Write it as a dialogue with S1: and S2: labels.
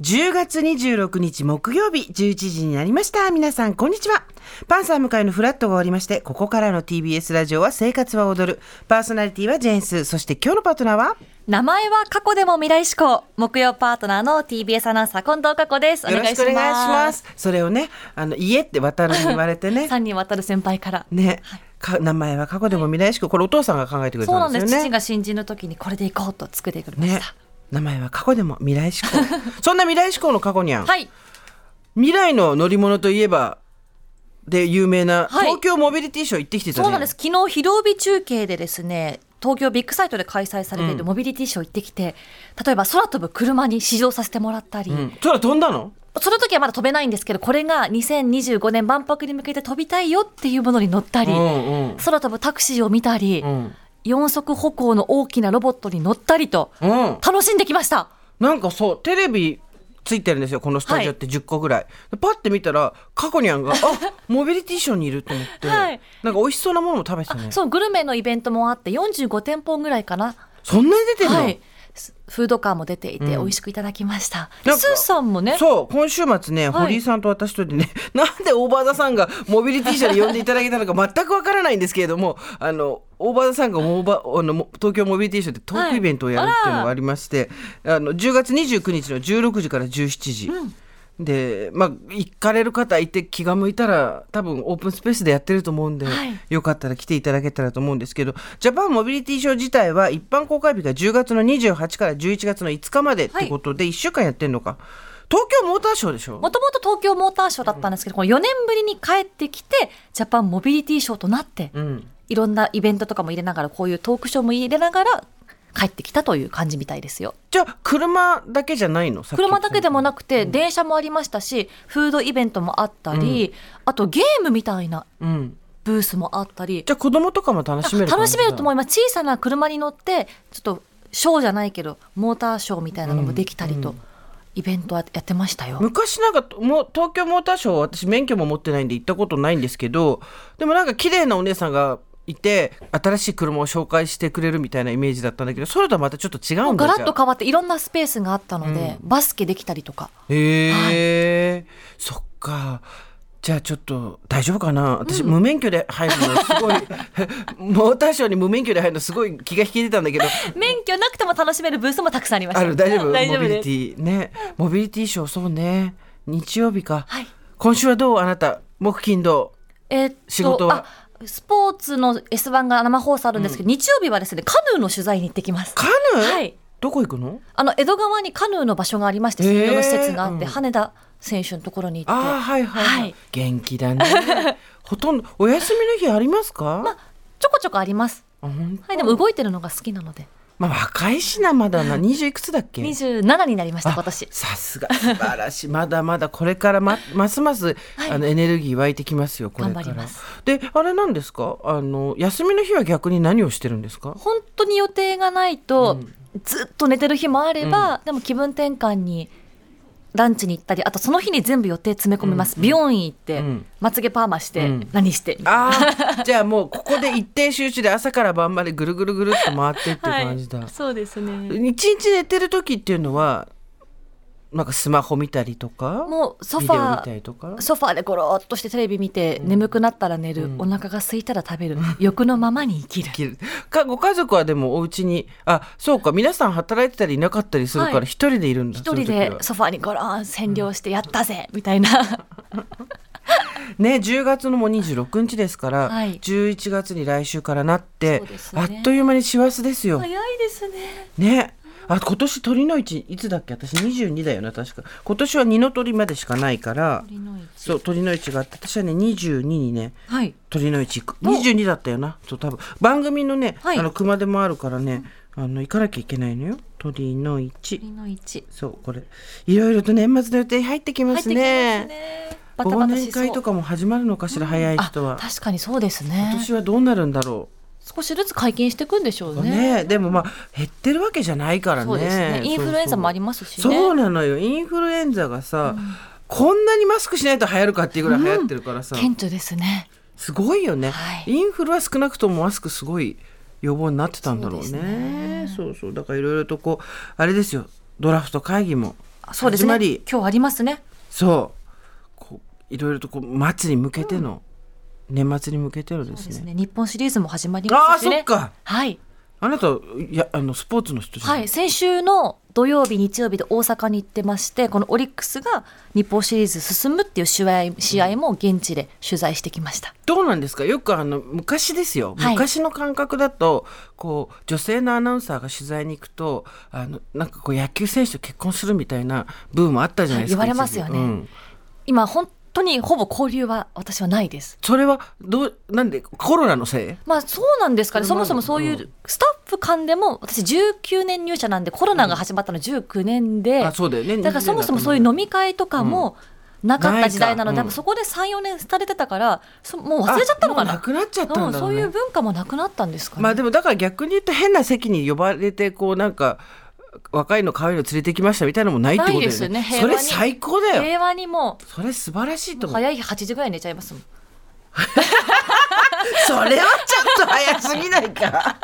S1: 10月26日木曜日11時になりました。皆さん、こんにちは。パンサー向かいのフラットが終わりまして、ここからの TBS ラジオは生活は踊る。パーソナリティはジェーンス。そして今日のパートナーは
S2: 名前は過去でも未来志向木曜パートナーの TBS アナウンサー近藤佳子ですお
S1: よ
S2: 願
S1: ろ
S2: いし
S1: し
S2: ま
S1: く
S2: す
S1: お願いします。それをね、あの、家って渡るに言われて ね。
S2: 三人渡る先輩から、
S1: ね。か名前は過去でも未来しく、これお父さんが考えてくれ
S2: そうな
S1: たん
S2: ん
S1: で
S2: ですす、
S1: よね。
S2: 父が新人の時にこれでいこうと作ってくれまし
S1: ね
S2: た、。
S1: 名前は過去でも未来 志向。そんな未来志向の過去にゃん。
S2: はい
S1: 未来の乗り物といえばで有名な
S2: はい
S1: 東京モビリティショー行ってきてたね、
S2: そうなんです昨日非常日中継でですね東京ビッグサイトで開催されているモビリティショー行ってきて、例えば空飛ぶ車に試乗させてもらったり、
S1: うん、空飛んだの
S2: その時はまだ飛べないんですけどこれが2025年万博に向けて飛びたいよっていうものに乗ったり、
S1: うんうん
S2: 空飛ぶタクシーを見たり、
S1: うん
S2: 四足歩行の大きなロボットに乗ったりと
S1: うん
S2: 楽しんできました
S1: なんかそうテレビついてるんですよこのスタジオって10個ぐらい、でパッて見たら過去にゃんがあモビリティショーにいると思って、
S2: はい
S1: なんか美味しそうなものも食べてたねそ
S2: そうグルメのイベントもあって45店舗ぐらいかな、
S1: んなに出てるの、
S2: はい、すフードカーも出ていて美味しくいただきました、で
S1: なんか
S2: スーさんもね
S1: そう今週末ね、
S2: はい
S1: 堀井さんと私とでね なんでオーバーザさんがモビリティ社で呼んでいただけたのか 全くわからないんですけれどもあのオーバーザさんがオーバーあのも東京モビリティ社でトークイベントをやるっていうのがありまして、あの10月29日の16時から17時。でまあ、行かれる方いて気が向いたら多分オープンスペースでやってると思うんで、
S2: はい
S1: よかったら来ていただけたらと思うんですけどジャパンモビリティショー自体は一般公開日が10月の28から11月の5日までってことで1週間やってんのか、東京モーターショーでしょ
S2: もともと東京モーターショーだったんですけど、この4年ぶりに帰ってきてジャパンモビリティショーとなって、
S1: うん
S2: いろんなイベントとかも入れながらこういうトークショーも入れながら帰ってきたという感じみたいですよ
S1: じゃあ車だけじゃないのさっき
S2: 車だけでもなくて電車もありましたしフードイベントもあったり、あとゲームみたいな
S1: うん、
S2: ブースもあったり
S1: じゃあ子供とかも楽しめる
S2: 楽しめると思
S1: い
S2: います小さな車に乗ってちょっとショーじゃないけどモーターショーみたいなのもできたりと、イベントはやってましたよ。
S1: 昔なんかもう東京モーターショー私免許も持ってないんで行ったことないんですけどでもなんか綺麗なお姉さんがいて新しい車を紹介してくれるみたいなイメージだったんだけどそれとはまたちょっと違うんだ
S2: ガラ
S1: じ
S2: ッ
S1: ゃ
S2: と
S1: あ
S2: 変わっていろんなスペースがあったので、バスケできたりとか
S1: へえ、そっかじゃあちょっと大丈夫かな私、無免許で入るのすごい モーターショーに無免許で入るのすごい気が引けてたんだ けど
S2: 免許なくても楽しめるブースもたくさんありました
S1: ある大丈夫
S2: 大丈夫
S1: モビリ
S2: です
S1: ティねモビリティショーそうね日曜日か、
S2: はい
S1: 今週はどうあなた木金土
S2: えーっと
S1: 仕事は
S2: あスポーツの S1 が生放送あるんですけど、日曜日はですねカヌーの取材に行ってきます
S1: カヌー、
S2: はい
S1: どこ行くの
S2: あの江戸川にカヌーの場所がありまして専用の施設があって、
S1: へーうん
S2: 羽田選手のところに行って
S1: ああはいはい、
S2: はい
S1: 元気だ ねほとんどお休みの日ありますか、
S2: まあちょこちょこあります
S1: あほん
S2: はいでも動いてるのが好きなので
S1: まあ若いしなまだな20いくつだっけ
S2: 27になりました
S1: あ
S2: 今年
S1: さすが素晴らしい まだまだこれからまますます、
S2: はい
S1: あのエネルギー湧いてきますよこれから
S2: 頑張ります
S1: であれなんですかあの休みの日は逆に何をしてるんですか
S2: 本当に予定がないと、ずっと寝てる日もあれば、でも気分転換にランチに行ったりあとその日に全部予定詰め込みます、美容院行って、
S1: うん
S2: まつげパーマして、
S1: うん
S2: 何して
S1: ああじゃあもうここで一定集中で朝から晩までぐるぐるぐるっと回ってって
S2: はい
S1: 感じだ、
S2: そうですね
S1: 一日寝てる時っていうのはなんかスマホ見たりとか
S2: もうソフ
S1: ビデオ見
S2: ァ
S1: た
S2: ー
S1: りとか
S2: ソファーでゴロっとしてテレビ見て、眠くなったら寝る、お腹が空いたら食べる、欲のままに生きる
S1: きるかご家族はでもお家にあそうか皆さん働いてたりいなかったりするから
S2: はい
S1: 一人でいるんだ、
S2: 一
S1: そうい
S2: 人
S1: う時は
S2: でソファーにゴロン占領してやったぜ、みたいな
S1: ね10月のもう26日ですから、
S2: はい
S1: 11月に来週からなって、
S2: そうですね
S1: あっという間に師走ですよ。
S2: 早いですね
S1: ねあ今年鳥の市いつだっけ私22だよな確か今年は二の鳥までしかないから
S2: 鳥の市
S1: そう鳥の市があって私はね22にね
S2: はい
S1: 鳥の市行く
S2: お
S1: 22だったよなそう多分番組のね、
S2: はい
S1: あの熊でもあるからねあの行かなきゃいけないのよ鳥の市
S2: 鳥の市
S1: そうこれいろいろと年末の予定入ってきま
S2: 入って
S1: す
S2: きます
S1: ね
S2: ねバタ
S1: 忘
S2: バタ
S1: 年
S2: しそう
S1: 会とかも始まるのかしら、早い
S2: あ
S1: 人は
S2: 確かにそうですね
S1: 今年はどうなるんだろ
S2: 少しずつ解禁していくんでしょ
S1: う
S2: う
S1: ね
S2: ね
S1: でもまあ減ってるわけじゃないからね
S2: そうですねインフルエンザもあり
S1: ま
S2: ますしね
S1: そうなのよインフルエンザがさ、こんなにマスクしないと流行るかっていうぐらい流行ってるからさ、
S2: 顕著ですね
S1: すごいよね、
S2: はい
S1: インフルは少なくともマスクすごい予防になってたんだろうね
S2: そ
S1: そううそうだからいろいろとこうあれですよドラフト会議も
S2: そうです
S1: 始ま
S2: ね
S1: り
S2: 今日ありますね
S1: そうこういろいろとこう末に向けての、年末に向けてので
S2: そ
S1: す
S2: うです
S1: ね
S2: ね日本シリーズも始まり
S1: あ
S2: ま
S1: あ
S2: すし
S1: そ
S2: ね
S1: っか
S2: はい
S1: あなたいやあのスポーツの人じゃん
S2: はい、先週の土曜日、日曜日で大阪に行ってまして、このオリックスが日本シリーズ進むっていう試合試合も現地で取材してきました。
S1: どうなんですかよくあの昔ですよ、
S2: はい
S1: 昔の感覚だとこう女性のアナウンサーが取材に行くとあのなんかこう野球選手と結婚するみたいなブームあったじゃないですか、
S2: はい言われますよね
S1: 一時うん
S2: 今、本当にほぼ交流は私はないです。
S1: それはどうなんでコロナのせい
S2: まあそうなんですかね、
S1: そ
S2: そ
S1: れも
S2: もそもそうい
S1: うん
S2: うスタッフ間でも、私19年入社なんで、コロナが始まったの19年で、
S1: あそうだよね
S2: だからそもそもそういう飲み会とかもなかった時代なので、
S1: ないかうん
S2: 多分そこで3、4年されてたから、そもう忘れちゃったのか
S1: あもう
S2: な
S1: な。くなっちゃった
S2: うんん
S1: だろ
S2: そうう
S1: ね
S2: いう文化もなくなったんですかね。
S1: まあでもだから逆に言うと変な席に呼ばれてこうなんか若いの可愛いの連れてきましたみたいなのもないってことだ
S2: ない
S1: よ
S2: で
S1: ね
S2: すよね平
S1: そ
S2: 和に
S1: れ最高だよ
S2: 平和にも
S1: それ素晴らしいと
S2: う
S1: 思う
S2: 早い日8時ぐらいに寝ちゃいますもん
S1: それはちょっと早すぎないか